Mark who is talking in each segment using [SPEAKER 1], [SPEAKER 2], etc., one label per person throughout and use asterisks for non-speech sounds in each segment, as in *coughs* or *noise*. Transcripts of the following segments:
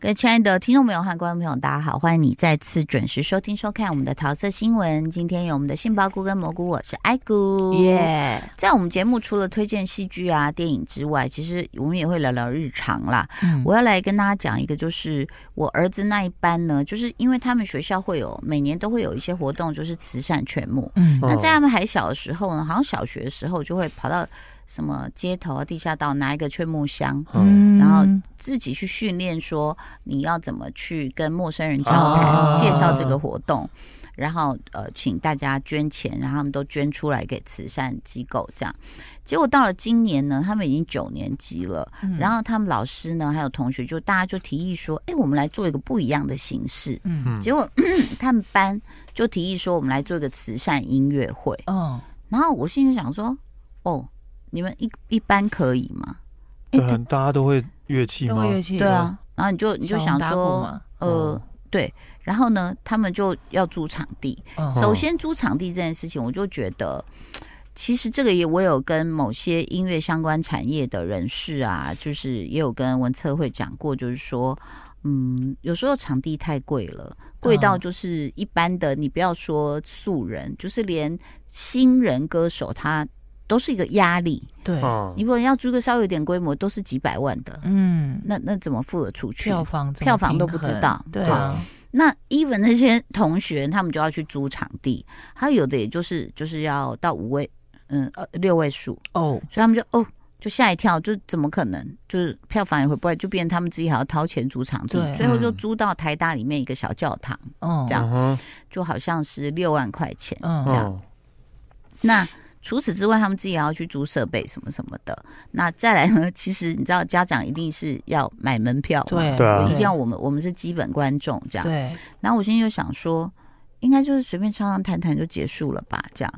[SPEAKER 1] 各位亲爱的听众朋友和观众朋友，大家好，欢迎你再次准时收听收看我们的桃色新闻。今天有我们的杏鲍菇跟蘑菇，我是爱菇。
[SPEAKER 2] 耶、
[SPEAKER 1] 在我们节目除了推荐戏剧啊、电影之外，其实我们也会聊聊日常啦。
[SPEAKER 2] 嗯
[SPEAKER 1] 我要来跟大家讲一个，就是我儿子那一班呢，就是因为他们学校会有每年都会有一些活动，就是慈善犬牧。
[SPEAKER 2] 嗯
[SPEAKER 1] 那在他们还小的时候呢，好像小学的时候就会跑到什么街头啊、地下道拿一个劝木箱，
[SPEAKER 2] 음.
[SPEAKER 3] 嗯，
[SPEAKER 1] 然后自己去训练说你要怎么去跟陌生人交谈，
[SPEAKER 3] 啊
[SPEAKER 1] 介绍这个活动。然后呃，请大家捐钱，然后他们都捐出来给慈善机构，这样。结果到了今年呢，他们已经九年级了，
[SPEAKER 2] 嗯 음.
[SPEAKER 1] 然后他们老师呢还有同学就大家就提议说，哎，我们来做一个不一样的形式。
[SPEAKER 2] 嗯
[SPEAKER 3] 嗯
[SPEAKER 1] 结果 *clears throat* 他们班就提议说，我们来做一个慈善音乐会。
[SPEAKER 2] 哦，
[SPEAKER 1] 然后我心里想说，哦，你们一一般可以吗？
[SPEAKER 3] 对
[SPEAKER 1] 诶
[SPEAKER 3] 啊，大家都会乐器
[SPEAKER 2] 都
[SPEAKER 3] 吗
[SPEAKER 2] 会？乐器
[SPEAKER 1] 对，啊，然后你就
[SPEAKER 2] 你
[SPEAKER 1] 你就想说，呃，
[SPEAKER 2] 哦
[SPEAKER 1] 对，然后呢，他们就要租场地。
[SPEAKER 2] 어.
[SPEAKER 3] 哦
[SPEAKER 1] 首先租场地这件事情，我就觉得。其实这个也，我有跟某些音乐相关产业的人士啊，就是也有跟文策会讲过，就是说，嗯，有时候场地太贵了，贵到
[SPEAKER 2] 嗯
[SPEAKER 1] 就是一般的，你不要说素人，就是连新人歌手他都是一个压力。
[SPEAKER 2] 对，
[SPEAKER 3] 嗯
[SPEAKER 1] 你如果要租个稍微有点规模，都是几百万的，
[SPEAKER 2] 嗯，
[SPEAKER 1] 那那怎么付得出去？
[SPEAKER 2] 음.票房怎么
[SPEAKER 1] 票房都
[SPEAKER 2] 平
[SPEAKER 1] 不
[SPEAKER 2] 衡
[SPEAKER 1] 知道
[SPEAKER 2] 对
[SPEAKER 3] 嗯
[SPEAKER 2] 啊，
[SPEAKER 1] 那 even 那些同学，他们就要去租场地，还有的也就是就是要到五位，嗯，呃六位数，
[SPEAKER 2] 哦，
[SPEAKER 1] 所以他们就哦，就吓一跳，就怎么可能？就是票房也回不来，就变成他们自己还要掏钱租场地，
[SPEAKER 2] 对
[SPEAKER 1] 最后就
[SPEAKER 3] 嗯
[SPEAKER 1] 租到台大里面一个小教堂，
[SPEAKER 2] 哦，
[SPEAKER 1] 这样
[SPEAKER 3] 嗯
[SPEAKER 1] 就好像是六万块钱。
[SPEAKER 2] 嗯，
[SPEAKER 1] 这
[SPEAKER 3] 哼
[SPEAKER 1] 样那除此之外，他们自己也要去租设备什么什么的。那再来呢？ *laughs* 其实你知道，家长一定是要买门票嘛，
[SPEAKER 2] 对，
[SPEAKER 3] 对啊
[SPEAKER 1] 我一定要我们我们是基本观众这样。
[SPEAKER 2] 对，
[SPEAKER 1] 然后我心里就想说，应该就是随便唱唱谈谈就结束了吧，这样。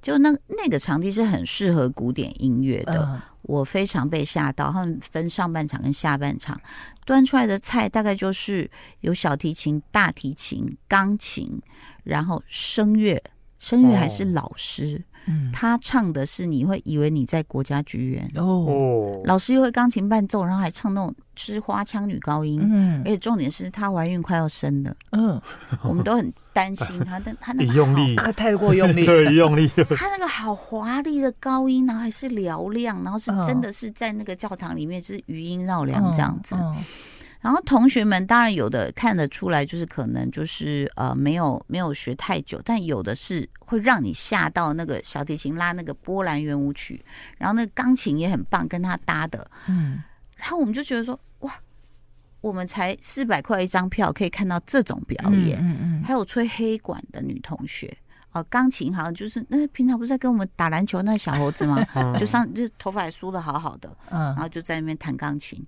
[SPEAKER 1] 就那那个场地是很适合古典音乐的，
[SPEAKER 2] 嗯
[SPEAKER 1] 我非常被吓到。他们分上半场跟下半场，端出来的菜大概就是有小提琴、大提琴、钢琴，然后声乐，声乐还是
[SPEAKER 3] 哦
[SPEAKER 1] 老师，
[SPEAKER 2] 嗯，
[SPEAKER 1] 他唱的是你会以为你在国家剧院，
[SPEAKER 2] 哦，
[SPEAKER 3] 哦，
[SPEAKER 1] 嗯
[SPEAKER 3] *laughs*
[SPEAKER 1] 老师又会钢琴伴奏，然后还唱那种吃花腔女高音，
[SPEAKER 2] 嗯
[SPEAKER 1] 而且重点是她怀孕快要生了。
[SPEAKER 2] 嗯， *laughs*
[SPEAKER 1] 我们都很担
[SPEAKER 2] 哎
[SPEAKER 1] 心他，但他那
[SPEAKER 3] 一
[SPEAKER 1] 个
[SPEAKER 3] 用力，
[SPEAKER 2] 可太过
[SPEAKER 3] *laughs*
[SPEAKER 2] 用力，
[SPEAKER 3] 对，一用力，
[SPEAKER 1] 好，他那个好华丽的高音，然后还是嘹亮，然后是
[SPEAKER 2] 啊
[SPEAKER 1] 真的是在那个教堂里面是余音绕梁这样子。
[SPEAKER 2] 嗯
[SPEAKER 1] 然后同学们当然有的看得出来，就是可能就是呃没有没有学太久，但有的是会让你吓到那个小提琴拉那个波兰圆舞曲，然后那个钢琴也很棒，跟他搭的。
[SPEAKER 2] 嗯，
[SPEAKER 1] 然后我们就觉得说哇，我们才四百块一张票可以看到这种表演，
[SPEAKER 2] 嗯嗯
[SPEAKER 1] 还有吹黑管的女同学，哦、钢琴好像就是那、平常不是在跟我们打篮球那小猴子
[SPEAKER 2] *laughs*
[SPEAKER 1] 吗？
[SPEAKER 3] 嗯
[SPEAKER 1] *laughs* 就上就头发也梳的好好的，
[SPEAKER 2] 嗯
[SPEAKER 1] 然
[SPEAKER 2] 嗯，
[SPEAKER 1] 后就在那边弹钢琴，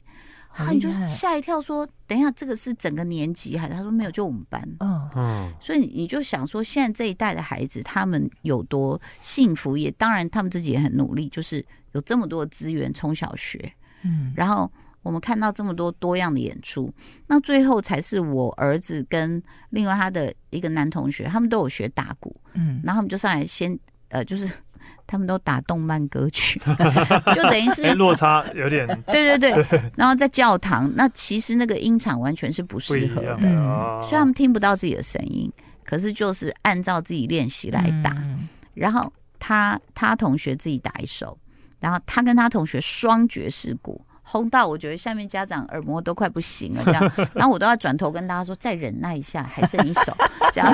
[SPEAKER 2] 好
[SPEAKER 1] 啊，你
[SPEAKER 2] 厉
[SPEAKER 1] 就
[SPEAKER 2] 害
[SPEAKER 1] 吓一跳说，等一下这个是整个年级还是？他说没有，就我们班。
[SPEAKER 2] 嗯，
[SPEAKER 3] 嗯，
[SPEAKER 1] 所以你就想说，现在这一代的孩子他们有多幸福也，当然他们自己也很努力，就是有这么多的资源，从小学，
[SPEAKER 2] 嗯，
[SPEAKER 1] 然后我们看到这么多多样的演出，那最后才是我儿子跟另外他的一个男同学，他们都有学打鼓，
[SPEAKER 2] 嗯，
[SPEAKER 1] 然后他们就上来先呃，就是 *laughs* 他们都打动漫歌曲， *laughs* 就等于
[SPEAKER 3] 哎，
[SPEAKER 1] 是。
[SPEAKER 3] 落差有点
[SPEAKER 1] 对对对，然后在教堂，那其实那个音场完全是不
[SPEAKER 3] 不
[SPEAKER 1] 适
[SPEAKER 3] 一
[SPEAKER 1] 合的
[SPEAKER 3] 样，
[SPEAKER 2] 嗯
[SPEAKER 3] 啊
[SPEAKER 1] 虽然他们听不到自己的声音，可是就是按照自己练习来打。
[SPEAKER 2] 嗯
[SPEAKER 1] 然后他他同学自己打一首，然后他跟他同学双爵士鼓，轰到我觉得下面家长耳膜都快不行了这
[SPEAKER 2] *laughs*
[SPEAKER 1] 样，然后我都要转头跟大家说再忍耐一下，还剩一
[SPEAKER 2] *laughs*
[SPEAKER 1] 首这样，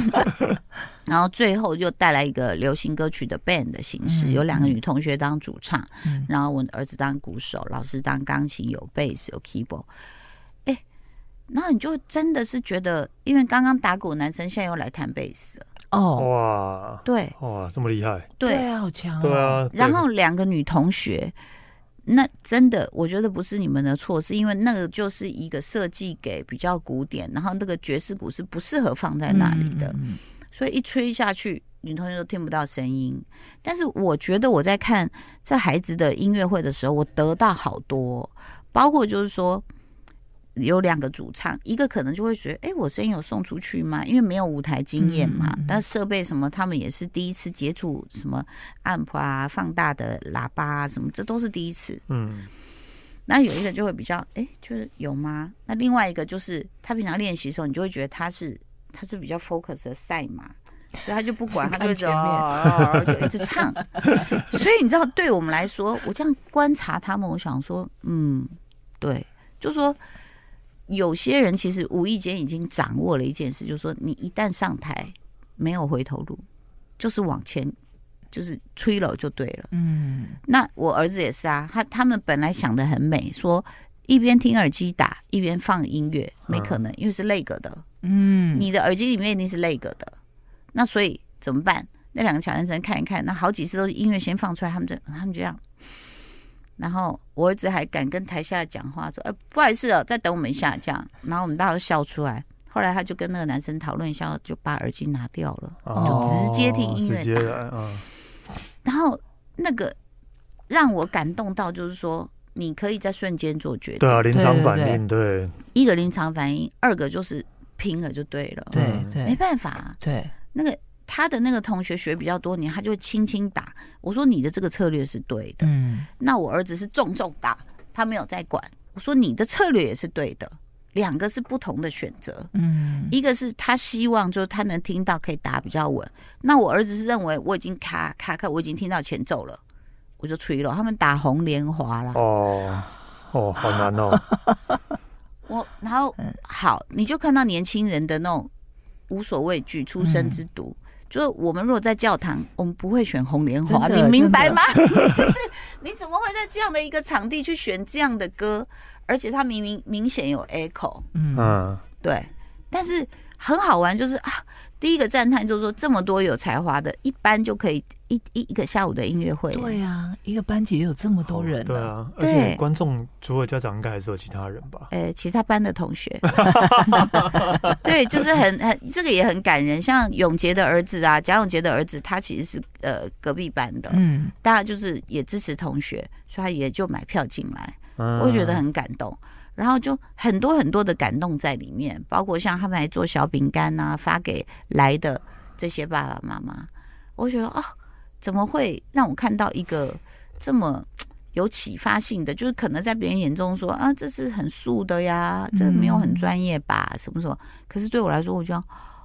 [SPEAKER 1] 然后最后又带来一个流行歌曲的 band 的形式，
[SPEAKER 2] 嗯
[SPEAKER 1] 有两个女同学当主唱，
[SPEAKER 2] 嗯
[SPEAKER 1] 然后我儿子当鼓手，老师当钢琴，有贝斯，有 keyboard。哎，那你就真的是觉得，因为刚刚打鼓的男生现在又来弹贝斯了，
[SPEAKER 3] 어.
[SPEAKER 2] 哦，
[SPEAKER 3] 哇
[SPEAKER 1] 对
[SPEAKER 3] 哇这么厉害，
[SPEAKER 1] 对，
[SPEAKER 2] 啊，好强哦，
[SPEAKER 3] 对啊，
[SPEAKER 1] 然后两个女同学，那真的我觉得不是你们的错，是因为那个就是一个设计给比较古典，然后那个爵士鼓是不适合放在
[SPEAKER 2] 嗯，
[SPEAKER 1] 那里的，
[SPEAKER 2] 嗯，
[SPEAKER 1] 所以一吹下去，女同学都听不到声音。但是我觉得我在看这孩子的音乐会的时候，我得到好多，包括就是说。有两个主唱，一个可能就会觉得，哎、我声音有送出去吗？因为没有舞台经验嘛
[SPEAKER 2] 嗯嗯，嗯
[SPEAKER 1] 但设备什么，他们也是第一次接触什么 amp 啊、放大的喇叭啊，什么，这都是第一次。
[SPEAKER 3] 嗯
[SPEAKER 1] 那有一个就会比较，哎、就是有吗？那另外一个就是他平常练习的时候，你就会觉得他是他是比较 focus 的赛马，所以他就不管，
[SPEAKER 2] *laughs* 只
[SPEAKER 1] 他就一
[SPEAKER 2] 看啊
[SPEAKER 1] 直
[SPEAKER 2] 前面
[SPEAKER 1] 哦哦哦就一直唱。 *laughs* 所以你知道，对我们来说，我这样观察他们，我想说，嗯，对，就说有些人其实无意间已经掌握了一件事，就是说你一旦上台，没有回头路，就是往前，就是吹了就对了。
[SPEAKER 2] 嗯，
[SPEAKER 1] 那我儿子也是啊，他他们本来想的很美，说一边听耳机打一边放音乐，没可能，因为是 leg 的，
[SPEAKER 2] 嗯，
[SPEAKER 1] 你的耳机里面一定是 leg 的，那所以怎么办？那两个小男生看一看，那好几次都是音乐先放出来，他们就他们就这样。然后我儿子还敢跟台下讲话说：“呃，不好意思哦，再等我们一下。”这样，然后我们大家都笑出来。后来他就跟那个男生讨论一下，就把耳机拿掉了。
[SPEAKER 3] 哦
[SPEAKER 1] 就直接听音乐
[SPEAKER 3] 直接
[SPEAKER 1] 打
[SPEAKER 3] 来，嗯，
[SPEAKER 1] 然后那个让我感动到，就是说你可以在瞬间做决定，
[SPEAKER 3] 对啊，临场反
[SPEAKER 2] 对
[SPEAKER 3] 应，对，
[SPEAKER 1] 一个临场反应，二个就是拼了就对了，
[SPEAKER 2] 对
[SPEAKER 3] 嗯
[SPEAKER 1] 没
[SPEAKER 2] 对
[SPEAKER 1] 办法啊、
[SPEAKER 2] 哎对，
[SPEAKER 1] 那个他的那个同学学比较多年，他就轻轻打。我说你的这个策略是对的，
[SPEAKER 2] 嗯
[SPEAKER 1] 那我儿子是重重打，他没有在管。我说你的策略也是对的，两个是不同的选择。
[SPEAKER 2] 嗯
[SPEAKER 1] 一个是他希望就是他能听到可以打比较稳，那我儿子是认为我已经卡卡卡，我已经听到前奏了，我就吹了。他们打红莲华啦，
[SPEAKER 3] 哦，哦，
[SPEAKER 1] 啊
[SPEAKER 3] 好难
[SPEAKER 1] *laughs*
[SPEAKER 3] 哦，
[SPEAKER 1] 我然后
[SPEAKER 2] 嗯
[SPEAKER 1] 好，你就看到年轻人的那种无所畏惧、出生之毒。就是我们如果在教堂，我们不会选红莲华，
[SPEAKER 2] 真
[SPEAKER 1] 你
[SPEAKER 2] 的
[SPEAKER 1] 明白吗？
[SPEAKER 2] *laughs*
[SPEAKER 1] 就是你怎么会在这样的一个场地去选这样的歌？而且它明明明显有 echo，
[SPEAKER 2] 嗯
[SPEAKER 3] 嗯，
[SPEAKER 1] 对，但是很好玩，就是啊，第一个赞叹就是说这么多有才华的，一般就可以一一一个下午的音乐会，
[SPEAKER 2] 对呀，一个班级也有这么多人
[SPEAKER 3] 对
[SPEAKER 2] 呢，
[SPEAKER 3] 啊，而
[SPEAKER 1] 对
[SPEAKER 3] 且观众除了家长，应该还是有其他人吧？
[SPEAKER 1] 呃，其他班的同学， *laughs* 对，就是很很这个也很感人。像永杰的儿子啊，贾永杰的儿子，他其实是呃隔壁班的，
[SPEAKER 2] 嗯
[SPEAKER 1] 大家就是也支持同学，所以他也就买票进来，
[SPEAKER 3] 嗯，
[SPEAKER 1] 我也觉得很感动。然后就很多很多的感动在里面，包括像他们还做小饼干呐、发给来的这些爸爸妈妈，我觉得哦，怎么会让我看到一个这么有启发性的？就是可能在别人眼中说啊，这是很素的呀，这没有很专业吧，什么什么。可是对我来说，我就想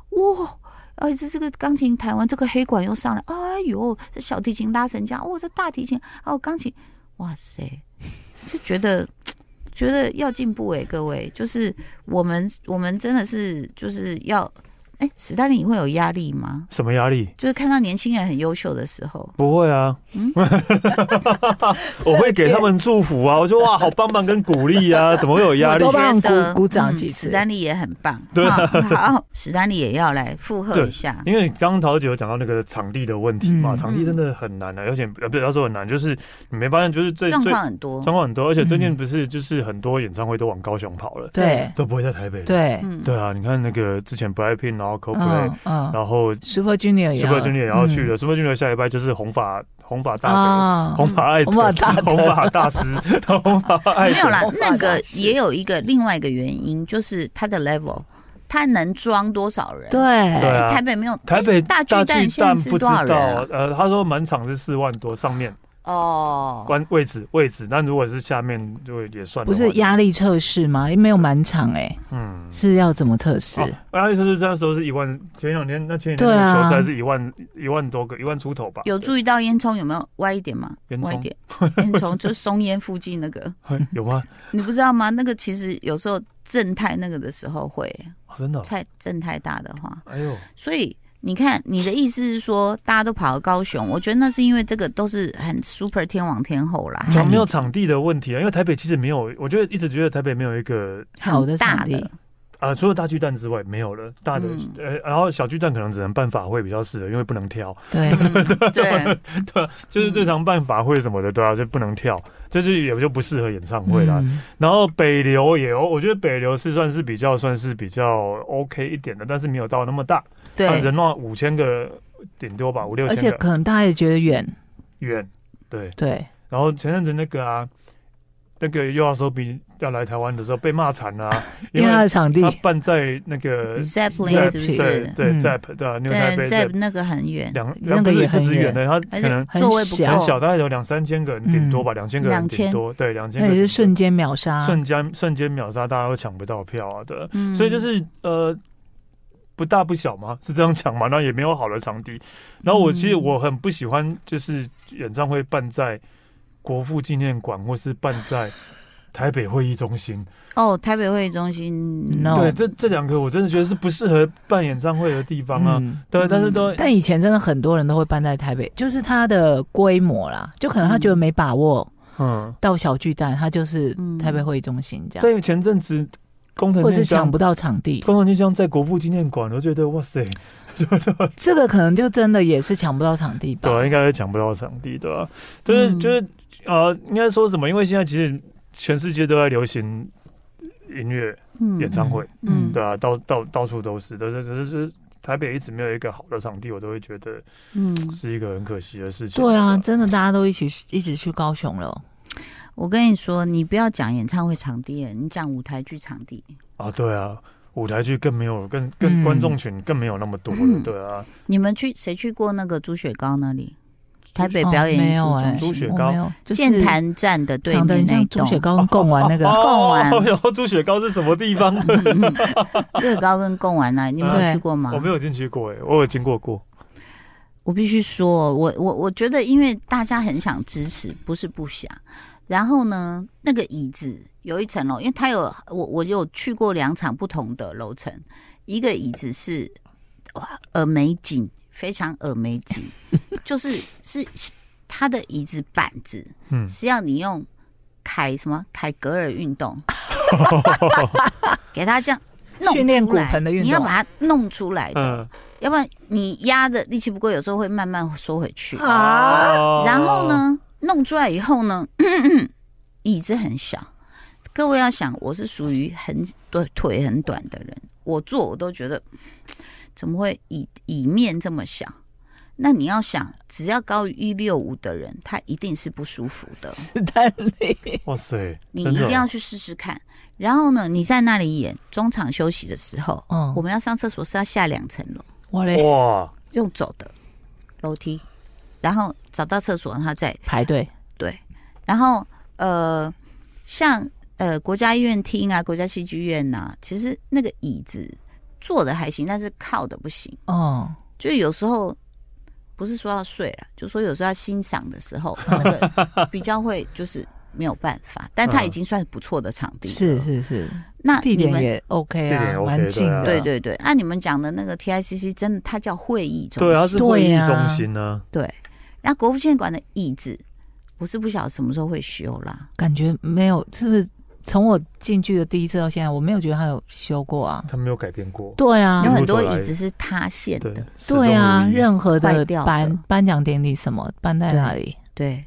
[SPEAKER 1] 哇。哎，这这个钢琴弹完，这个黑管又上来，哎呦，这小提琴拉成这样，哦，这大提琴，哦，钢琴，哇塞，是觉得觉得要进步哎、各位，就是我们我们真的是就是要，哎、史丹利你会有压力吗？
[SPEAKER 3] 什么压力？
[SPEAKER 1] 就是看到年轻人很优秀的时候，
[SPEAKER 3] 不会啊
[SPEAKER 1] 嗯，
[SPEAKER 3] *laughs* 我会给他们祝
[SPEAKER 2] *laughs*
[SPEAKER 3] 福啊！我说哇，好棒棒跟鼓励啊，怎么会有压力
[SPEAKER 2] 我？多帮
[SPEAKER 1] 觉得
[SPEAKER 2] 鼓鼓掌几
[SPEAKER 1] 嗯
[SPEAKER 2] 次
[SPEAKER 1] 史丹利也很棒，
[SPEAKER 3] 对
[SPEAKER 1] 哈好，史丹利也要来附和一下，
[SPEAKER 3] 因为刚刚桃姐有讲到那个场地的问题嘛，
[SPEAKER 2] 嗯
[SPEAKER 3] 场地真的很难啊，而且呃不要说很难，就是你没发现，就是最
[SPEAKER 1] 状
[SPEAKER 3] 最
[SPEAKER 1] 况很多，
[SPEAKER 3] 状况很多，而且最近不是就是很多演唱会都往高雄跑了，
[SPEAKER 2] 嗯对
[SPEAKER 3] 都不会在台北了。
[SPEAKER 2] 对，
[SPEAKER 1] 嗯，
[SPEAKER 3] 对啊，你看那个之前 Blackpink，然后 Coldplay，、
[SPEAKER 2] 嗯嗯
[SPEAKER 3] 然后
[SPEAKER 2] ，Super Junior 也
[SPEAKER 3] Super
[SPEAKER 2] 要
[SPEAKER 3] Junior 也要去了、s u p e r Junior 下礼拜就是红发红发大德、
[SPEAKER 2] 啊
[SPEAKER 3] 红发爱德、
[SPEAKER 2] 红发大德
[SPEAKER 3] 红发大师、红发爱
[SPEAKER 2] *laughs*
[SPEAKER 1] 没有
[SPEAKER 3] 德。
[SPEAKER 1] 啦
[SPEAKER 2] 我，爸
[SPEAKER 1] 那个
[SPEAKER 2] 也是
[SPEAKER 1] 也有一个另外一个原因，就是他的 level，他能装多少人？
[SPEAKER 3] 对
[SPEAKER 2] 对，
[SPEAKER 1] 哎，
[SPEAKER 3] 啊
[SPEAKER 1] 台北没有
[SPEAKER 3] 台北
[SPEAKER 1] 哎大巨蛋现在
[SPEAKER 3] 不
[SPEAKER 1] 是
[SPEAKER 3] 知
[SPEAKER 1] 多少
[SPEAKER 3] 道，
[SPEAKER 1] 人啊？
[SPEAKER 3] 呃，他说满场是四万多，上面
[SPEAKER 1] 哦，
[SPEAKER 3] 关位置位置，那如果是下面就也算的
[SPEAKER 2] 不
[SPEAKER 3] 话
[SPEAKER 2] 是压力测试吗？也没有满场哎，
[SPEAKER 3] 嗯。
[SPEAKER 2] 是要怎么测试？
[SPEAKER 3] 哦，阿力测试那时候是一万，前两天那前两天
[SPEAKER 2] 对
[SPEAKER 3] 那
[SPEAKER 2] 啊
[SPEAKER 3] 个球赛是一万一万多个，一万出头吧。
[SPEAKER 1] 有注意到烟囱有没有歪一点吗？
[SPEAKER 3] 烟囱
[SPEAKER 1] 歪一
[SPEAKER 3] *laughs*
[SPEAKER 1] 点，烟囱就是松烟附近那个，
[SPEAKER 3] 嘿有吗？
[SPEAKER 1] 你不知道吗？那个其实有时候震太那个的时候会，
[SPEAKER 3] 哦真的哦，
[SPEAKER 1] 太震太大的话，
[SPEAKER 3] 哎呦，
[SPEAKER 1] 所以你看你的意思是说，大家都跑到高雄，我觉得那是因为这个都是很 super 天王天后啦，
[SPEAKER 3] 有
[SPEAKER 2] 讲
[SPEAKER 3] 没有场地的问题啊？因为台北其实没有，我觉得一直觉得台北没有一个
[SPEAKER 2] 好的
[SPEAKER 1] 很大
[SPEAKER 2] 场地
[SPEAKER 1] 的，
[SPEAKER 3] 啊、除了大巨蛋之外没有了大的，
[SPEAKER 1] 嗯
[SPEAKER 3] 呃，然后小巨蛋可能只能办法会比较适合，因为不能跳， *laughs*
[SPEAKER 2] 对，
[SPEAKER 1] 嗯对，
[SPEAKER 3] 啊就是
[SPEAKER 1] 嗯
[SPEAKER 3] 最常办法会什么的，对啊，就不能跳，就是也就不适合演唱会啦。
[SPEAKER 2] 嗯
[SPEAKER 3] 然后北流也有，我觉得北流是算是比较算是比较 OK 一点的，但是没有到那么大，它
[SPEAKER 1] 对，
[SPEAKER 3] 人的话五千个顶多吧，五六
[SPEAKER 2] 而且
[SPEAKER 3] 千个
[SPEAKER 2] 可能大家也觉得远，
[SPEAKER 3] 远，对。
[SPEAKER 2] 对，
[SPEAKER 3] 然后前阵子那个啊，那个又要说比要来台湾的时候被骂惨啊，
[SPEAKER 2] 因
[SPEAKER 3] 因
[SPEAKER 2] 为它
[SPEAKER 3] 为
[SPEAKER 2] 的场地
[SPEAKER 3] 他办在那个
[SPEAKER 1] Zeppelin 是不
[SPEAKER 2] Zeppelin，
[SPEAKER 1] 是？
[SPEAKER 3] 对
[SPEAKER 2] 嗯
[SPEAKER 3] 对 ZEP 对啊，New 台
[SPEAKER 1] 对
[SPEAKER 3] 北
[SPEAKER 1] ，Zepp
[SPEAKER 3] ZEP
[SPEAKER 1] 那个很远，
[SPEAKER 3] 两
[SPEAKER 2] 那
[SPEAKER 3] 它
[SPEAKER 2] 个
[SPEAKER 3] 不是
[SPEAKER 2] 也很
[SPEAKER 3] 不止
[SPEAKER 2] 远
[SPEAKER 3] 远的，它
[SPEAKER 1] 而
[SPEAKER 3] 可能
[SPEAKER 1] 且座位不
[SPEAKER 2] 很
[SPEAKER 3] 很
[SPEAKER 1] 够，
[SPEAKER 3] 小，大概有两三千个人顶多吧，两千个人
[SPEAKER 1] 2000
[SPEAKER 3] 顶多，对，两千
[SPEAKER 2] 嗯那
[SPEAKER 3] 个
[SPEAKER 2] 也
[SPEAKER 3] 人
[SPEAKER 2] 是瞬
[SPEAKER 3] 顶
[SPEAKER 2] 间啊秒杀
[SPEAKER 3] 多。瞬间瞬间秒杀，大家都抢不到票啊，对，
[SPEAKER 1] 嗯
[SPEAKER 3] 所以就是呃。不大不小嘛，是这样讲嘛？那也没有好的场地。然后我其实
[SPEAKER 2] 嗯
[SPEAKER 3] 我很不喜欢，就是演唱会办在国父纪念馆，或是办在台北会议中心。
[SPEAKER 1] 哦，台北会议中心
[SPEAKER 2] No
[SPEAKER 3] 嗯对，这这两个我真的觉得是不适合办演唱会的地方啊。
[SPEAKER 2] 嗯
[SPEAKER 3] 对，但是 *laughs* 都
[SPEAKER 2] 但以前真的很多人都会搬在台北，就是它的规模啦，就可能他觉得没把握，
[SPEAKER 3] 嗯，
[SPEAKER 2] 到小巨蛋，它就是
[SPEAKER 1] 嗯
[SPEAKER 2] 台北会议中心这样，
[SPEAKER 3] 但有前阵子工藤
[SPEAKER 2] 或
[SPEAKER 3] 静
[SPEAKER 2] 是抢
[SPEAKER 3] 香
[SPEAKER 2] 不，到场地，
[SPEAKER 3] 工藤静香在国父纪念馆，我觉得哇塞，
[SPEAKER 2] 这个可能就真的也是抢不到场地吧
[SPEAKER 3] 对、。啊，应该是抢不到场地，对吧、就是、
[SPEAKER 2] 嗯
[SPEAKER 3] 就是呃，应该说什么？因为现在其实全世界都在流行音乐
[SPEAKER 1] 嗯
[SPEAKER 3] 演唱会，
[SPEAKER 1] 嗯
[SPEAKER 3] 对啊，到到到处都是，但是只是台北一直没有一个好的场地，我都会觉得
[SPEAKER 1] 嗯，
[SPEAKER 3] 是一个很可惜的事情。
[SPEAKER 2] 对啊，
[SPEAKER 3] 吧
[SPEAKER 2] 真的大家都一起一起去高雄了，
[SPEAKER 1] 我跟你说，你不要讲演唱会场地了，你讲舞台剧场地。
[SPEAKER 3] 啊，对啊，舞台剧更没有，更
[SPEAKER 2] 嗯
[SPEAKER 3] 更观众群更没有那么多
[SPEAKER 1] 嗯
[SPEAKER 3] 了，对啊。
[SPEAKER 1] 你们去谁去过那个朱雪糕那里？台北表
[SPEAKER 2] 哦
[SPEAKER 1] 演
[SPEAKER 2] 没
[SPEAKER 1] 艺术
[SPEAKER 2] 有哎、
[SPEAKER 1] 中
[SPEAKER 3] 朱
[SPEAKER 1] 心，
[SPEAKER 3] 雪
[SPEAKER 2] 我
[SPEAKER 3] 糕
[SPEAKER 2] 没有，就是
[SPEAKER 1] 剑潭站的对
[SPEAKER 2] 长得
[SPEAKER 1] 面
[SPEAKER 2] 很
[SPEAKER 1] 那一
[SPEAKER 2] 像
[SPEAKER 1] 栋。
[SPEAKER 2] 朱雪糕跟贡丸那个，
[SPEAKER 1] 贡
[SPEAKER 3] *laughs*
[SPEAKER 1] 丸
[SPEAKER 3] 哦，然后朱雪糕是什么地方？
[SPEAKER 1] 嗯嗯朱雪糕跟贡丸那啊里，你们有
[SPEAKER 2] 对
[SPEAKER 1] 去过吗？
[SPEAKER 3] *laughs* 我没有进去过哎、我有经过过。
[SPEAKER 1] 我必须说，我我我觉得，因为大家很想支持，不是不想。然后呢，那个椅子有一层楼，因为它有我我有去过两场不同的楼层，一个椅子是哇耳美景，非常耳美景，就是是它的椅子板子
[SPEAKER 3] 嗯，
[SPEAKER 1] 是要你用凯什么凯格尔运
[SPEAKER 3] *laughs*
[SPEAKER 1] 动，给它这样弄
[SPEAKER 2] 训练
[SPEAKER 1] 出来
[SPEAKER 2] 骨盆的运动
[SPEAKER 1] 你要把它弄出来的。
[SPEAKER 3] 嗯
[SPEAKER 1] 要不然你压的力气不够，有时候会慢慢缩回去。
[SPEAKER 2] *laughs*
[SPEAKER 3] 哦
[SPEAKER 2] 啊，
[SPEAKER 1] 然后？呢，弄出来以后呢， *coughs* 椅子很小。各位要想，我是属于很对腿很短的人，我坐我都觉得怎么会椅椅面这么小？那你要想，只要高于一六五的人，他一定是不舒服的。
[SPEAKER 2] 史丹利，
[SPEAKER 3] *laughs* 哇塞，
[SPEAKER 1] 你
[SPEAKER 3] 真
[SPEAKER 1] 一
[SPEAKER 3] 的
[SPEAKER 1] 定要去试试看。然后呢，你在那里演中场休息的时候，
[SPEAKER 3] 哦
[SPEAKER 2] 嗯
[SPEAKER 1] 我，们要上厕所是要下两层楼。
[SPEAKER 2] 我嘞
[SPEAKER 3] 哇，
[SPEAKER 1] 用走的楼梯，然后找到厕所，然后再
[SPEAKER 2] 排队，
[SPEAKER 1] 对，然后呃，像呃国家医院厅啊、国家戏剧院呐、其实那个椅子坐的还行，但是靠的不行，
[SPEAKER 2] 哦，
[SPEAKER 1] 就有时候。不是说要睡了，就说有时候要欣赏的时候，那个比较会就是没有办法，但它已经算是不错的场地了。
[SPEAKER 2] 是是是，
[SPEAKER 1] 那啊
[SPEAKER 2] 地
[SPEAKER 1] 你
[SPEAKER 2] 点
[SPEAKER 1] 们
[SPEAKER 2] 也 OK
[SPEAKER 3] 地点也
[SPEAKER 2] 啊，
[SPEAKER 3] OK，
[SPEAKER 2] 蛮近的，
[SPEAKER 1] 对对对，按、你们讲的那个 TICC 真的，它叫会议中心。
[SPEAKER 3] 对啊，它是会
[SPEAKER 2] 对
[SPEAKER 3] 议
[SPEAKER 2] 啊
[SPEAKER 3] 中心呢、
[SPEAKER 1] 对，那国父纪念馆的椅子，我是不晓得什么时候会修啦。
[SPEAKER 2] 感觉没有，是不是从我进去的第一次到现在，我没有觉得他有修过啊？
[SPEAKER 3] 它没有改变过。
[SPEAKER 2] 对啊
[SPEAKER 1] 有，
[SPEAKER 3] 嗯
[SPEAKER 1] 很多椅子是塌陷
[SPEAKER 3] 对
[SPEAKER 1] 的，，
[SPEAKER 3] 始终
[SPEAKER 2] 对啊，
[SPEAKER 3] 如一
[SPEAKER 2] 任何
[SPEAKER 1] 坏
[SPEAKER 2] 的
[SPEAKER 1] 掉的
[SPEAKER 2] 颁颁奖典礼什么搬在哪里？
[SPEAKER 1] 对。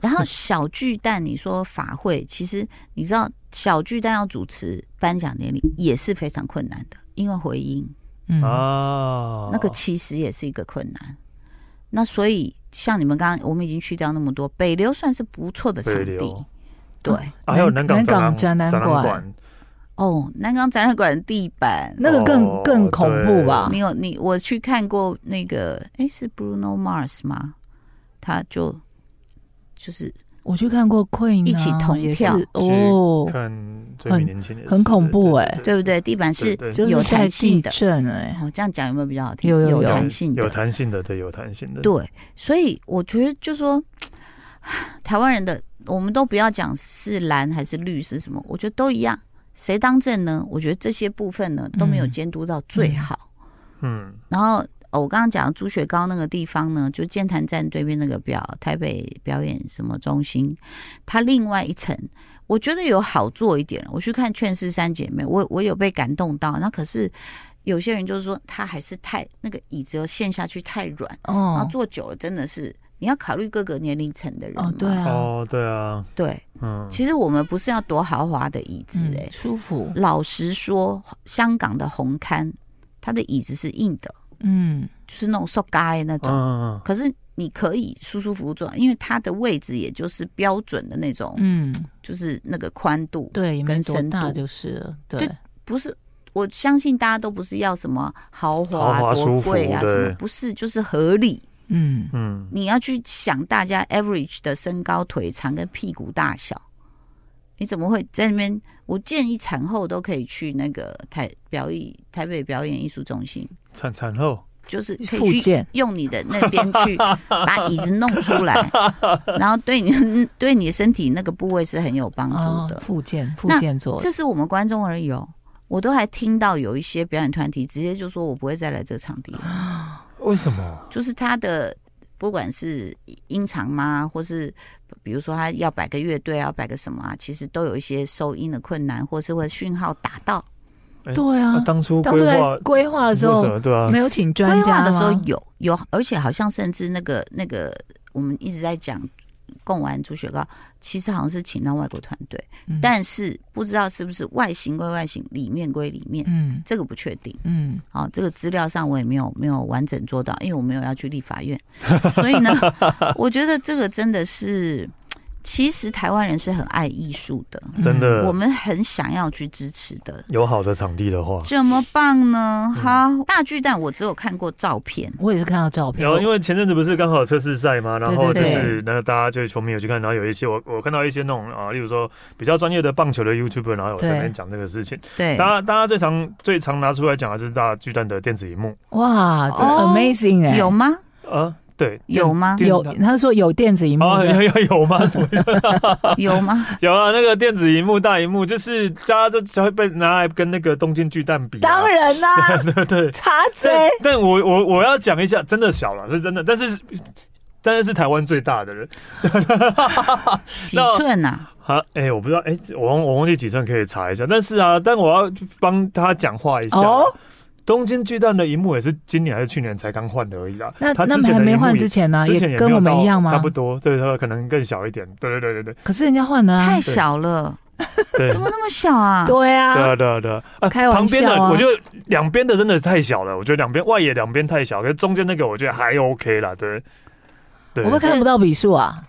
[SPEAKER 1] 然后小巨蛋，你说法会，其实你知道小巨蛋要主持颁奖典礼也是非常困难的，因为回音
[SPEAKER 2] 嗯，
[SPEAKER 3] 啊，
[SPEAKER 1] 那个其实也是一个困难。那所以像你们刚刚，我们已经去掉那么多，北流算是不错的场
[SPEAKER 3] 北
[SPEAKER 1] 地
[SPEAKER 3] 流，
[SPEAKER 1] 对。
[SPEAKER 3] 啊还有南
[SPEAKER 2] 南
[SPEAKER 3] 港
[SPEAKER 2] 港
[SPEAKER 3] 展览
[SPEAKER 2] 展览馆
[SPEAKER 3] 馆，
[SPEAKER 1] 哦，南港展览馆的地板，
[SPEAKER 2] 那个更、
[SPEAKER 3] 哦
[SPEAKER 2] 更恐怖吧
[SPEAKER 1] 你？有你我去看过那个，哎、是 Bruno Mars 吗？他就就是
[SPEAKER 2] 我去看过 Queen，、啊、
[SPEAKER 1] 一起同
[SPEAKER 2] 也是
[SPEAKER 1] 跳
[SPEAKER 2] 哦，
[SPEAKER 3] 看最美年轻人，
[SPEAKER 2] 很恐怖
[SPEAKER 3] 对
[SPEAKER 2] 欸
[SPEAKER 1] 对不？对？地板是
[SPEAKER 3] 对对
[SPEAKER 2] 就是
[SPEAKER 1] 有
[SPEAKER 2] 在
[SPEAKER 1] 弹
[SPEAKER 2] 地
[SPEAKER 1] 性的。
[SPEAKER 2] 震哎、
[SPEAKER 1] 哦，这样讲有没有比较好听？
[SPEAKER 2] 有有有
[SPEAKER 1] 弹性
[SPEAKER 3] 有
[SPEAKER 1] 的，
[SPEAKER 3] 弹性的，对，有弹性的，
[SPEAKER 1] 对，所以我觉得就说 *sighs* 台湾人的，我们都不要讲是蓝还是绿是什么，我觉得都一样。谁当政呢？我觉得这些部分呢都没有
[SPEAKER 2] 嗯
[SPEAKER 1] 监督到最
[SPEAKER 2] 嗯
[SPEAKER 1] 好。
[SPEAKER 3] 嗯，
[SPEAKER 1] 然后、哦、我刚刚讲的朱雪糕那个地方呢，就剑潭站对面那个表台北表演什么中心，它另外一层，我觉得有好做一点。我去看《劝世三姐妹》，
[SPEAKER 2] 嗯
[SPEAKER 1] 我我有被感动到。那可是有些人就是说，他还是太那个椅子又陷下去太软，然后
[SPEAKER 2] 哦
[SPEAKER 1] 啊坐久了真的是。你要考虑各个年龄层的人嘛
[SPEAKER 2] 哦，对啊，
[SPEAKER 3] 哦，对啊，
[SPEAKER 1] 对，
[SPEAKER 3] 嗯，
[SPEAKER 1] 其实我们不是要多豪华的椅子
[SPEAKER 2] 嗯
[SPEAKER 1] 哎、
[SPEAKER 2] 舒服，
[SPEAKER 1] 老实说，香港的红磡，它的椅子是硬的，
[SPEAKER 2] 嗯，
[SPEAKER 1] 就是那种塑胶的那种，
[SPEAKER 3] 嗯嗯
[SPEAKER 1] 可是你可以舒舒服服做，因为它的位置也就是标准的那种，
[SPEAKER 2] 嗯，
[SPEAKER 1] 就是那个宽度，
[SPEAKER 2] 对，也没
[SPEAKER 1] 跟
[SPEAKER 2] 多
[SPEAKER 1] 深
[SPEAKER 2] 大
[SPEAKER 1] 度
[SPEAKER 2] 就是了，对
[SPEAKER 1] 对不是。我相信大家都不是要什么豪华、
[SPEAKER 3] 豪华
[SPEAKER 1] 多
[SPEAKER 3] 舒服
[SPEAKER 1] 贵啊，
[SPEAKER 3] 对
[SPEAKER 1] 什么不是，就是合理。
[SPEAKER 2] 嗯，
[SPEAKER 3] 嗯，
[SPEAKER 1] 你要去想大家 average 的身高、腿长跟屁股大小，你怎么会在那边？我建议产后都可以去那个台表演台北表演艺术中心，
[SPEAKER 3] 产产后
[SPEAKER 1] 就是可
[SPEAKER 2] 附
[SPEAKER 1] 以去
[SPEAKER 2] 件，
[SPEAKER 1] 用你的那边去把椅子弄出来，然后对你 *laughs* 对你身体那个部位是很有帮
[SPEAKER 2] 哦
[SPEAKER 1] 助的。
[SPEAKER 2] 附件，附
[SPEAKER 1] 那
[SPEAKER 2] 件做的，
[SPEAKER 1] 这是我们观众而已哦。我都还听到有一些表演团体直接就说我不会再来这个场地了。
[SPEAKER 3] 为什么？啊
[SPEAKER 1] 就是他的不管是音场嘛，或是比如说他要摆个乐队啊，要摆个什么啊，其实都有一些收音的困难，或是会讯号打到。
[SPEAKER 3] 这
[SPEAKER 2] 对
[SPEAKER 3] 那
[SPEAKER 2] 啊，
[SPEAKER 3] 当初
[SPEAKER 2] 当
[SPEAKER 3] 规
[SPEAKER 2] 初在
[SPEAKER 3] 划
[SPEAKER 2] 规划的时
[SPEAKER 3] 为什
[SPEAKER 2] 候
[SPEAKER 3] 么对啊？
[SPEAKER 2] 没有请
[SPEAKER 1] 规
[SPEAKER 2] 专
[SPEAKER 1] 划
[SPEAKER 2] 家
[SPEAKER 1] 的时候
[SPEAKER 2] 吗
[SPEAKER 1] 有有，而且好像甚至那个那个我们一直在讲。贡丸猪血糕其实好像是请到外国团队，
[SPEAKER 2] 嗯
[SPEAKER 1] 但是不知道是不是外形归外形，里面归里面，
[SPEAKER 2] 嗯
[SPEAKER 1] 这个不确定。
[SPEAKER 2] 嗯，
[SPEAKER 1] 哦，这个资料上我也没有没有完整做到，因为我没有要去立法院，所
[SPEAKER 2] *laughs*
[SPEAKER 1] 以呢，我觉得这个真的是，其实台湾人是很爱艺术的，
[SPEAKER 2] 嗯
[SPEAKER 3] 真的
[SPEAKER 1] 我们很想要去支持的，
[SPEAKER 3] 有好的场地的话，
[SPEAKER 1] 怎么棒呢？
[SPEAKER 2] 嗯
[SPEAKER 1] 好，大巨蛋我只有看过照片，
[SPEAKER 2] 我也是看到照片，
[SPEAKER 3] 然后因为前阵子不是刚好有测试赛嘛，然后
[SPEAKER 2] 对
[SPEAKER 3] 就
[SPEAKER 1] 对
[SPEAKER 3] 是那个大家就是球迷有去看，然后有一些我我看到一些那种啊，例如说比较专业的棒球的 YouTuber，然后有在那边讲这个事情。
[SPEAKER 1] 对
[SPEAKER 3] 大，家大家最常最常拿出来讲的是大巨蛋的电子荧幕
[SPEAKER 2] 哇，这
[SPEAKER 1] 哦
[SPEAKER 2] amazing 哎，
[SPEAKER 1] 有吗？
[SPEAKER 3] 啊，对，
[SPEAKER 1] 有吗？
[SPEAKER 3] 电
[SPEAKER 2] 有，
[SPEAKER 3] 电
[SPEAKER 2] 他说有电子荧幕
[SPEAKER 3] 啊，
[SPEAKER 2] 的，
[SPEAKER 3] 有 *laughs* 有有吗？什么
[SPEAKER 1] 有吗？
[SPEAKER 3] *laughs* 有啊？那个电子荧幕大荧幕，就是大家就就会被拿来跟那个东京巨蛋比、啊，
[SPEAKER 2] 当然
[SPEAKER 3] *laughs*
[SPEAKER 2] 啦，
[SPEAKER 3] 对对。
[SPEAKER 2] 茶
[SPEAKER 3] 但 *laughs*
[SPEAKER 2] 贼，
[SPEAKER 3] 但我我我要讲一下，真的小了，是真的，但是但是是台湾最大的人。
[SPEAKER 1] 几
[SPEAKER 3] 那
[SPEAKER 1] 寸呐？
[SPEAKER 3] 啊，哎、我不知道，哎、我忘我忘记几寸可以查一下。但是啊，但我要帮他讲话一下。
[SPEAKER 2] 哦，
[SPEAKER 3] 东京巨蛋的荧幕也是今年还是去年才刚换的而已啦。
[SPEAKER 2] 那
[SPEAKER 3] 他
[SPEAKER 2] 那
[SPEAKER 3] 之前
[SPEAKER 2] 还
[SPEAKER 3] 的
[SPEAKER 2] 没
[SPEAKER 3] 荧幕
[SPEAKER 2] 换
[SPEAKER 3] 也
[SPEAKER 2] 之前呢，
[SPEAKER 3] 之前也
[SPEAKER 2] 跟
[SPEAKER 3] 没有
[SPEAKER 2] 我们
[SPEAKER 3] 到
[SPEAKER 2] 一样
[SPEAKER 3] 差
[SPEAKER 2] 吗
[SPEAKER 3] 不？多，对，他可能更小一点。对对对对
[SPEAKER 2] 可是人家换了啊
[SPEAKER 1] 太，小了，
[SPEAKER 2] *laughs*
[SPEAKER 3] 对
[SPEAKER 1] 怎
[SPEAKER 3] 对。
[SPEAKER 1] 么那么小啊？
[SPEAKER 2] 对啊
[SPEAKER 3] 对，啊，对啊，对啊！啊
[SPEAKER 2] 开玩
[SPEAKER 3] 旁边
[SPEAKER 2] 笑
[SPEAKER 3] 的
[SPEAKER 2] 啊
[SPEAKER 3] 我觉得两边的真的太小了，我觉得两边外野两边太小，可是中间那个我觉得还 OK 啦，对，对
[SPEAKER 2] 我，们看不到笔数啊，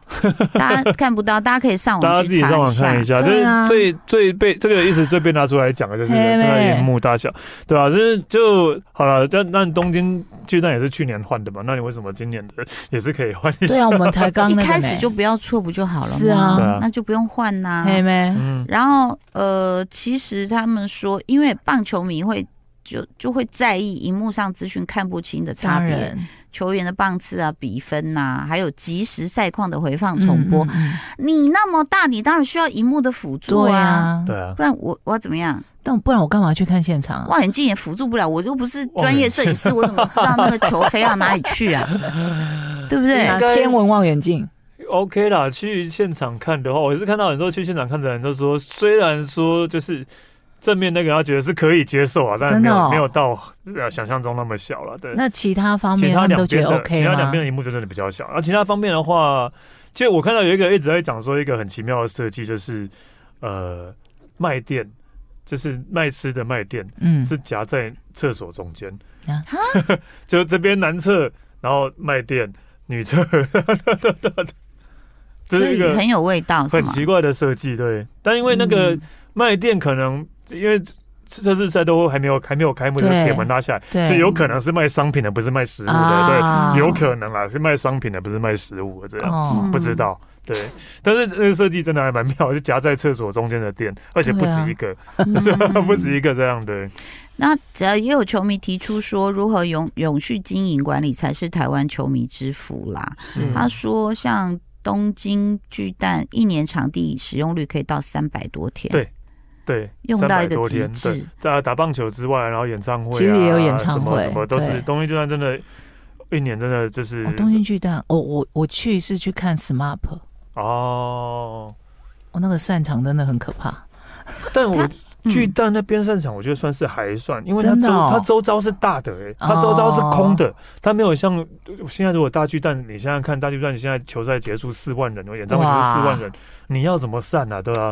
[SPEAKER 1] 大家看不到，大家可以
[SPEAKER 2] 哦
[SPEAKER 1] 上
[SPEAKER 3] 大家
[SPEAKER 1] 网
[SPEAKER 3] 自
[SPEAKER 1] 去
[SPEAKER 3] 己上
[SPEAKER 1] 查
[SPEAKER 3] 网
[SPEAKER 1] 一
[SPEAKER 3] 看
[SPEAKER 1] 下
[SPEAKER 3] 一。下，就
[SPEAKER 2] 对啊
[SPEAKER 3] 是最最被这个一直最被拿出来讲的就是
[SPEAKER 2] 嘿
[SPEAKER 3] 那个
[SPEAKER 2] 妹
[SPEAKER 3] 荧幕大小，对啊，就是就好了，那那东京巨蛋也是去年换的嘛，那你为什么今年的也是可以换一下？
[SPEAKER 2] 对啊，我们才刚
[SPEAKER 1] 一
[SPEAKER 2] 那个
[SPEAKER 1] 开
[SPEAKER 2] 呢
[SPEAKER 1] 始就不要错不就好了吗？
[SPEAKER 2] 是啊
[SPEAKER 3] 对啊
[SPEAKER 1] 那就不用换呐。
[SPEAKER 2] 嘿没，
[SPEAKER 3] 嗯，
[SPEAKER 1] 然后呃，其实他们说，因为棒球迷会就就会在意荧幕上资讯看不清的差
[SPEAKER 2] 当
[SPEAKER 1] 别，
[SPEAKER 2] 然
[SPEAKER 1] 球员的棒次啊、比分呐、还有即时赛况的回放重播。，
[SPEAKER 2] 嗯嗯嗯
[SPEAKER 1] 你那么大，你当然需要荧幕的辅助
[SPEAKER 2] 对
[SPEAKER 1] 啊。
[SPEAKER 2] 啊，
[SPEAKER 3] 对啊，
[SPEAKER 1] 不然我我要怎么样？
[SPEAKER 2] 但不然我干嘛去看现场啊？
[SPEAKER 1] 望远镜也辅助不了，我又不是专业摄影师，我怎么知道那个球飞到哪里去
[SPEAKER 3] *laughs*
[SPEAKER 1] 啊？对不对
[SPEAKER 2] 啊？
[SPEAKER 3] 该
[SPEAKER 2] 天文望远镜，
[SPEAKER 3] OK 啦，去现场看的话，我是看到很多去现场看的人都说，虽然说就是正面那个他觉得是可以接受啊，但是没
[SPEAKER 2] 真
[SPEAKER 3] 有、
[SPEAKER 2] 的哦
[SPEAKER 3] 没有到呃想象中那么小了。对，
[SPEAKER 2] 那其他方
[SPEAKER 3] 其
[SPEAKER 2] 面他
[SPEAKER 3] 他
[SPEAKER 2] 们
[SPEAKER 3] 两
[SPEAKER 2] 都觉
[SPEAKER 3] 边
[SPEAKER 2] 得
[SPEAKER 3] 的、
[SPEAKER 2] OK
[SPEAKER 3] 其他两
[SPEAKER 2] 吗？
[SPEAKER 3] 边的荧幕就真的比较小。然后啊其他方面的话，就我看到有一个一直在讲说一个很奇妙的设计，就是呃卖店，就是卖吃的卖店
[SPEAKER 2] 嗯，
[SPEAKER 3] 是夹在厕所中间，
[SPEAKER 2] 啊
[SPEAKER 3] *laughs* 就这边男厕，然后卖店女厕，
[SPEAKER 1] 所
[SPEAKER 3] 这是一
[SPEAKER 1] 以
[SPEAKER 3] 个
[SPEAKER 1] 很有味道是
[SPEAKER 3] 很
[SPEAKER 1] 吗？
[SPEAKER 3] 奇怪的设计，对。但因为那个
[SPEAKER 1] 嗯
[SPEAKER 3] 卖店可能因为测试赛都还没有还没有开幕，就
[SPEAKER 2] 对
[SPEAKER 3] 铁门拉下来，
[SPEAKER 2] 对
[SPEAKER 3] 所以有可能是卖商品的，不是卖食物的，
[SPEAKER 2] 啊
[SPEAKER 1] 哦
[SPEAKER 3] 对，有可能啦，是卖商品的，不是卖食物的，这样
[SPEAKER 2] 哦，
[SPEAKER 3] 不知道。对，但是这个设计真的还蛮妙，就夹在厕所中间的店，而且不
[SPEAKER 2] 对啊
[SPEAKER 3] 止一个，
[SPEAKER 1] 嗯
[SPEAKER 3] *laughs* 不止一个这样的。
[SPEAKER 1] 那只要也有球迷提出说，如何永永续经营管理才是台湾球迷之福啦。
[SPEAKER 2] 是
[SPEAKER 1] 他说，像东京巨蛋一年场地使用率可以到三百多天，
[SPEAKER 3] 对对，
[SPEAKER 1] 用到一
[SPEAKER 3] 300
[SPEAKER 1] 个
[SPEAKER 3] 多
[SPEAKER 1] 极
[SPEAKER 3] 天，对，
[SPEAKER 1] 致。
[SPEAKER 3] 大家打棒球之外，然后演唱会、啊，
[SPEAKER 2] 其实也有演唱会
[SPEAKER 3] 什么什么都是
[SPEAKER 2] 对
[SPEAKER 3] 东西，就算真的，一年真的就是
[SPEAKER 1] 嗯
[SPEAKER 2] 哦，东京巨蛋，哦，我我去是去看 SMAP，我、
[SPEAKER 3] 哦，
[SPEAKER 2] 哦、那个散场真的很可怕，
[SPEAKER 3] 但我
[SPEAKER 1] 嗯
[SPEAKER 3] 巨蛋那边散场，我觉得算是还算，因为它
[SPEAKER 2] 真的
[SPEAKER 3] 周
[SPEAKER 2] 哦
[SPEAKER 3] 它周遭是大的、欸，它周遭是空的，它没有像现在如果大巨蛋，你想想看，大巨蛋你现在球赛结束四万人，演唱会结束四万人，你要怎么散啊？对吧、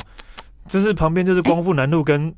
[SPEAKER 3] 就是旁边就是光复南路跟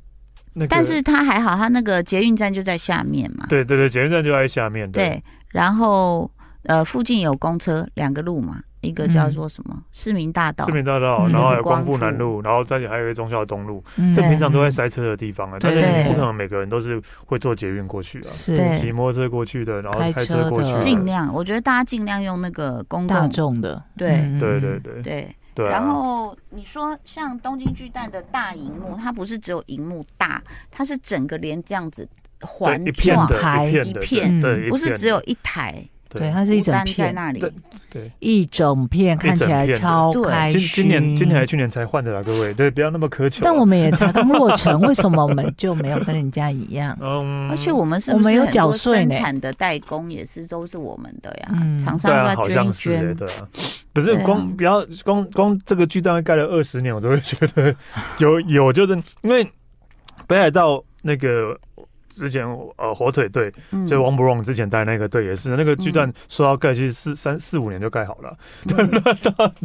[SPEAKER 3] 那个，
[SPEAKER 1] 但是他还好，他那个捷运站就在下面嘛。
[SPEAKER 3] 对对对，捷运站就在下面，对，
[SPEAKER 1] 对，然后呃，附近有公车两个路嘛，一个叫做什么、市民大道
[SPEAKER 3] 嗯市，民大道，
[SPEAKER 2] 嗯
[SPEAKER 3] 然
[SPEAKER 1] 就
[SPEAKER 3] 后还
[SPEAKER 1] 是
[SPEAKER 3] 有
[SPEAKER 1] 光
[SPEAKER 3] 光复南
[SPEAKER 1] 复
[SPEAKER 3] 路，然后再还有一个忠孝东路，
[SPEAKER 2] 嗯
[SPEAKER 3] 这平常都在塞车的地方啊，但是
[SPEAKER 2] 对
[SPEAKER 3] 你不可能每个人都是会坐捷运过去啊，
[SPEAKER 2] 是
[SPEAKER 1] 对
[SPEAKER 3] 骑摩托车过去的，然后
[SPEAKER 2] 开
[SPEAKER 3] 开
[SPEAKER 2] 车的
[SPEAKER 3] 车过去的，
[SPEAKER 1] 尽量我觉得大家尽量用那个公
[SPEAKER 2] 大
[SPEAKER 1] 共
[SPEAKER 2] 众的，
[SPEAKER 1] 对
[SPEAKER 2] 嗯
[SPEAKER 3] 对对对
[SPEAKER 1] 对。
[SPEAKER 3] 对啊。
[SPEAKER 1] 然后你说像东京巨蛋的大荧幕，它不是只有荧幕大，它是整个连这样子环
[SPEAKER 3] 对一片
[SPEAKER 1] 状，
[SPEAKER 3] 的
[SPEAKER 2] 牌
[SPEAKER 3] 一片的
[SPEAKER 1] 一片
[SPEAKER 3] 对，对
[SPEAKER 1] 不
[SPEAKER 3] 一
[SPEAKER 1] 是
[SPEAKER 3] 片
[SPEAKER 1] 只有
[SPEAKER 3] 的
[SPEAKER 1] 一台
[SPEAKER 2] 对，
[SPEAKER 3] 对。
[SPEAKER 2] 它是一
[SPEAKER 1] 孤
[SPEAKER 2] 整
[SPEAKER 1] 单在
[SPEAKER 2] 片，
[SPEAKER 1] 那里。
[SPEAKER 3] 对对，
[SPEAKER 2] 一整片看起来超开
[SPEAKER 3] 今
[SPEAKER 2] 心。
[SPEAKER 3] 今年今年还去年才换的啦，各位，对，不要那么苛求啊。
[SPEAKER 2] 但我们也才刚落
[SPEAKER 3] *laughs*
[SPEAKER 2] 成，为什么我们就没有跟人家一样？
[SPEAKER 3] 嗯，
[SPEAKER 1] 而且我们是不
[SPEAKER 2] 我们
[SPEAKER 1] 是
[SPEAKER 2] 有
[SPEAKER 1] 很
[SPEAKER 2] 缴
[SPEAKER 1] 多
[SPEAKER 2] 税
[SPEAKER 1] 生
[SPEAKER 2] 呢
[SPEAKER 1] 产的代工也是都是我们的呀？
[SPEAKER 2] 嗯
[SPEAKER 1] 厂商
[SPEAKER 3] 对啊，
[SPEAKER 1] 要不要捐
[SPEAKER 3] 好
[SPEAKER 1] 一
[SPEAKER 3] 像是欸
[SPEAKER 1] 捐？
[SPEAKER 3] 对啊，不是
[SPEAKER 1] 对啊
[SPEAKER 3] 光不要光光这个巨蛋盖了二十年，我都会觉得
[SPEAKER 1] *laughs*
[SPEAKER 3] 有有就是因为北海道那个之前呃火腿队，
[SPEAKER 1] 嗯
[SPEAKER 3] 就王博荣之前带那个队也是，那个巨蛋说要盖，其实四三四五年就盖好了，
[SPEAKER 1] 嗯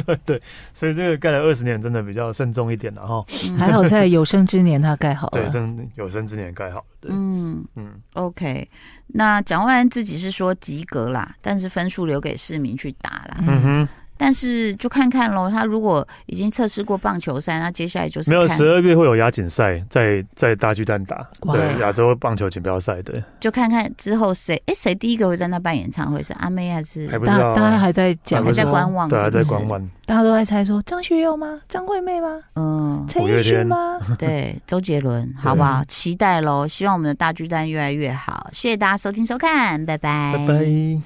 [SPEAKER 3] 对对，所以这个盖了二十年真的比较慎重一点了哈，
[SPEAKER 1] 嗯
[SPEAKER 2] 还好在有生之年它盖好
[SPEAKER 1] 啊
[SPEAKER 3] 对，
[SPEAKER 2] 了，
[SPEAKER 3] 真有生之年盖好，对， *laughs*
[SPEAKER 1] 嗯
[SPEAKER 3] 嗯，
[SPEAKER 1] ，OK。那蒋万安自己是说及格啦，但是分数留给市民去打啦。
[SPEAKER 3] 嗯哼，
[SPEAKER 1] 但是就看看喽，他如果已经测试过棒球赛，那接下来就是
[SPEAKER 3] 没有
[SPEAKER 1] 看
[SPEAKER 3] 十二月会有亚锦赛在在大巨蛋打，
[SPEAKER 2] 哇
[SPEAKER 3] 对，亚洲棒球锦标赛，对，
[SPEAKER 1] 就看看之后谁哎谁第一个会在那办演唱会，是阿妹还是
[SPEAKER 3] 还不知
[SPEAKER 2] 大
[SPEAKER 3] 道啊，
[SPEAKER 2] 大家还在讲，
[SPEAKER 1] 还在观，望？
[SPEAKER 3] 对，啊还
[SPEAKER 1] 是不
[SPEAKER 3] 在
[SPEAKER 1] 是
[SPEAKER 3] 观。望，
[SPEAKER 2] 大家都在猜说张学友吗？张惠妹吗？
[SPEAKER 1] 嗯，
[SPEAKER 2] 陈
[SPEAKER 3] 五
[SPEAKER 2] 奕
[SPEAKER 3] 月
[SPEAKER 2] 迅
[SPEAKER 3] 天
[SPEAKER 2] 吗？
[SPEAKER 1] 对，周杰伦，好不
[SPEAKER 3] 啊
[SPEAKER 1] 好？期待喽，希望我们的大巨蛋越来越好。谢谢大家收听收看，拜拜，
[SPEAKER 3] 拜拜。